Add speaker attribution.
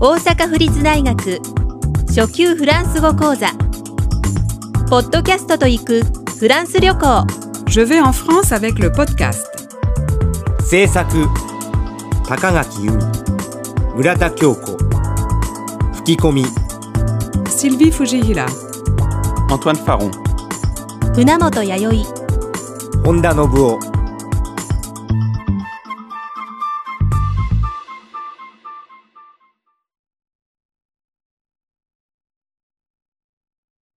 Speaker 1: 大阪府立大学初級フランス語講座ポッドキャストと行くフランス旅行
Speaker 2: Je vais en France avec le podcast.
Speaker 3: 制作高垣由美村田京子吹き込み
Speaker 2: Sylvie Fujihira,
Speaker 4: Antoine Faron.
Speaker 1: 船本弥生
Speaker 3: 本田信夫